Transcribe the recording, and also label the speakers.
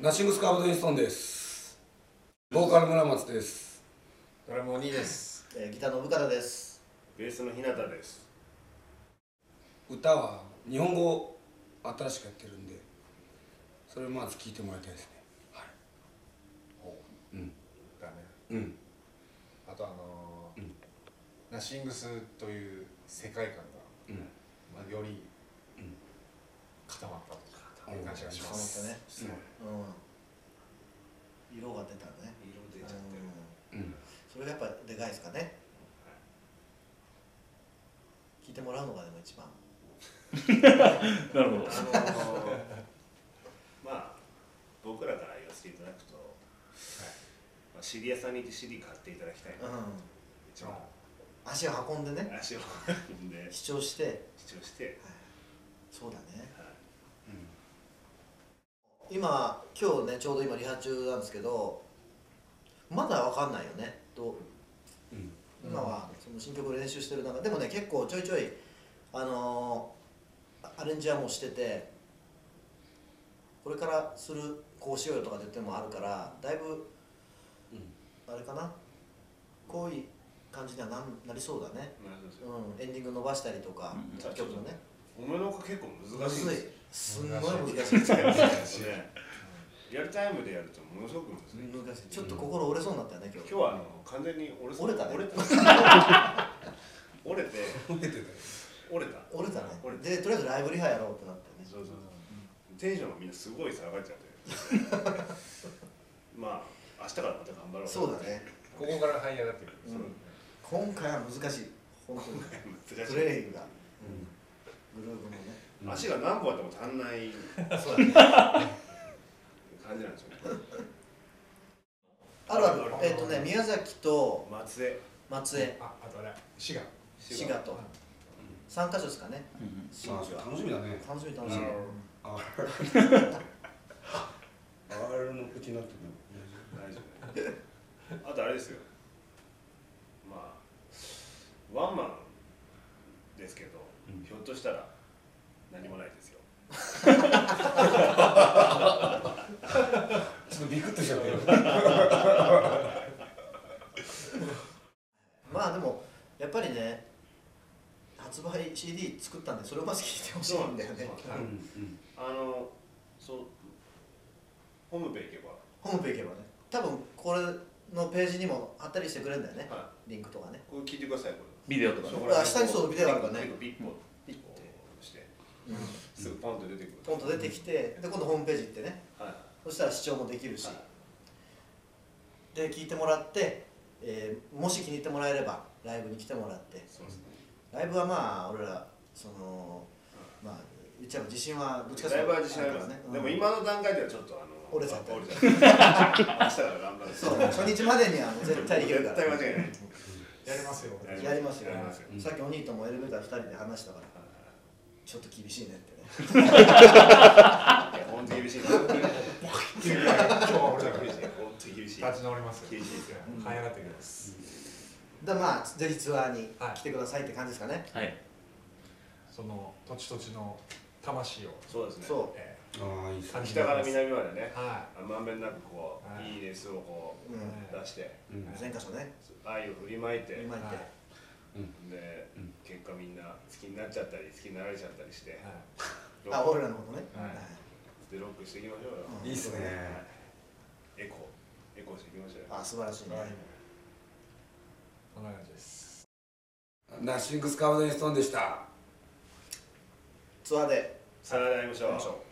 Speaker 1: ナッシングスカーブドインストーンですボーカル村松です
Speaker 2: ドラム鬼です。
Speaker 3: えー、ギターの部方です。
Speaker 4: ベースの日向です。
Speaker 1: 歌は日本語を新しくやってるんでそれをまず聞いてもらいたいですねは
Speaker 2: だね。
Speaker 1: いうん
Speaker 2: あとあのーナッシングスという世界観が、
Speaker 1: うん
Speaker 2: まあ、より固まったという感じがし
Speaker 3: そ
Speaker 2: ま
Speaker 3: うです
Speaker 2: す。
Speaker 3: ね。
Speaker 2: すごい。
Speaker 3: うん。色が出たね。
Speaker 4: 色出ちゃってる。
Speaker 3: うん
Speaker 1: うん
Speaker 3: それがやっぱでかいですかね。聞いてもらうのがでも一番。
Speaker 5: なるほど
Speaker 4: あのー、まあ僕らから言わせていただくと、まあ、知り屋さんに行って知り買っていただきたいな、
Speaker 3: うん。
Speaker 4: 一番
Speaker 3: 足を運んでね。
Speaker 4: 足を運んで
Speaker 3: 主張して。
Speaker 4: 主張して、
Speaker 3: そうだね。
Speaker 4: はい
Speaker 3: 今今日ねちょうど今リハ中なんですけど、まだわかんないよね。ど
Speaker 1: う
Speaker 3: う
Speaker 1: ん
Speaker 3: 今はその新曲練習してる中でもね結構ちょいちょいあのーアレンジはもうしててこれからするこうしようよとかって言ってもあるからだいぶあれかな濃い感じにはなんなりそうだね、
Speaker 4: まあそうですよ
Speaker 3: うん、エンディング伸ばしたりとか、
Speaker 4: うん
Speaker 3: 曲のね
Speaker 4: おめのほか結構難しいん
Speaker 3: む
Speaker 4: で
Speaker 3: ずいすんごい難しい
Speaker 4: すよねリアルタイムでやるとものすごく難しい、今
Speaker 3: 難しいちょっと心折れそうになったよね今日
Speaker 4: 日はあの完全に折れそう
Speaker 3: 折れたね
Speaker 4: 折 れた折れて
Speaker 1: 褒めてたよ
Speaker 4: 折れた
Speaker 3: 折れたね
Speaker 4: 折れた
Speaker 3: でとりあえずライブリハやろうってなってね
Speaker 4: そうそうそうテンションがみんなすごい下がっちゃって まあ明日からまた頑張ろう
Speaker 3: そうだね
Speaker 2: ここから這い上がってくる。
Speaker 3: うん今回は難しい本当に
Speaker 4: 難し
Speaker 3: プ
Speaker 4: い
Speaker 3: レイングが、グループもね
Speaker 4: 足が何本あっても足んない
Speaker 3: そうだね
Speaker 4: 感じなんですよね
Speaker 3: あるあるえっ、とね宮崎と
Speaker 4: 松江
Speaker 3: 松江
Speaker 2: あ、あとあれ、滋賀。
Speaker 3: 滋賀と3カ所ですかね滋
Speaker 1: ま
Speaker 3: 賀
Speaker 1: あ楽しみだね
Speaker 3: 楽しみ楽しみ
Speaker 4: なる
Speaker 1: あー R の口になってる
Speaker 4: 大丈夫あとあれですよまあワンマンですけど、ひょっとしたら何もないですよ
Speaker 1: ちょっとビクッとしちゃうけど
Speaker 3: まあでもやっぱりね発売 CD 作ったんでそれをまず聞いてほしいんだよね
Speaker 4: そうなんですあのそうホームページ行け
Speaker 3: ホームページ行けばね多分これのページにも貼ったりしてくれるんだよね
Speaker 4: ば、は
Speaker 3: リンクとかね
Speaker 4: い、これ聞いてくださいこれ
Speaker 5: ビデオとかね
Speaker 4: こ
Speaker 3: れ明日にそうビデオあるからね
Speaker 4: ピッポ
Speaker 3: ピッ
Speaker 4: ピッポして
Speaker 3: うん
Speaker 4: すぐポンと出てくる
Speaker 3: ポンと出てきてで今度ホームページ行ってね
Speaker 4: はい
Speaker 3: そしたら視聴もできるし、
Speaker 4: はい
Speaker 3: で聞いてもらって、えーもし気に入ってもらえればライブに来てもらって
Speaker 4: そうですね
Speaker 3: ライブはまあ俺らそのまあ言っちゃえば自信はどっちかとい
Speaker 4: だいうぶ
Speaker 3: と
Speaker 4: は自信ありますねでも今の段階ではちょっとあの
Speaker 3: 折れちゃった
Speaker 4: 折れちゃった明日から頑張る
Speaker 3: そう初日までにはもう絶対できるから
Speaker 4: 絶対間違いない
Speaker 2: やりますよ。
Speaker 4: い
Speaker 3: やりますよ
Speaker 4: やりますよ
Speaker 3: さっきお兄ともエレベーター2人で話したからちょっと厳しいねってね
Speaker 4: いや本当 に厳しいです
Speaker 2: 今日は俺だから。
Speaker 4: 厳
Speaker 2: 立
Speaker 4: しい本当に厳しい
Speaker 2: ち直りますよ。
Speaker 4: 厳しいですよ
Speaker 2: うん這い上がってくるます。
Speaker 3: でまあぜひツアーに
Speaker 2: はい
Speaker 3: 来てくださいって感じですかね、
Speaker 5: はい
Speaker 2: その土地土地の魂を。
Speaker 4: そうですね
Speaker 3: そ
Speaker 2: えー
Speaker 1: ああいいっすね
Speaker 2: 感じて
Speaker 4: 北から南までね
Speaker 2: は
Speaker 4: まんべんなくこう
Speaker 2: はい
Speaker 4: いいレースをこ
Speaker 3: う、うん、
Speaker 4: う出して
Speaker 1: うん
Speaker 3: 全箇所ね
Speaker 4: 愛を振りまいて
Speaker 3: 今
Speaker 2: い。
Speaker 3: 言って、
Speaker 2: はい
Speaker 4: で
Speaker 1: うん
Speaker 4: 結果みんな好きになっちゃったり好きになられちゃったりして
Speaker 2: はい
Speaker 4: ロ
Speaker 3: あ
Speaker 4: ッ
Speaker 3: 俺らのことね、
Speaker 2: はい
Speaker 4: クでロックしていきましょうよ
Speaker 3: うん
Speaker 1: いいっすね
Speaker 4: エコーエコーしていきましょうよ
Speaker 3: あ素晴らしいね、
Speaker 2: こんな感じです。
Speaker 1: ナッシングスカーブドインストーンでした
Speaker 3: ツアーで
Speaker 4: さあ会いましょ
Speaker 3: 会いましょ
Speaker 4: う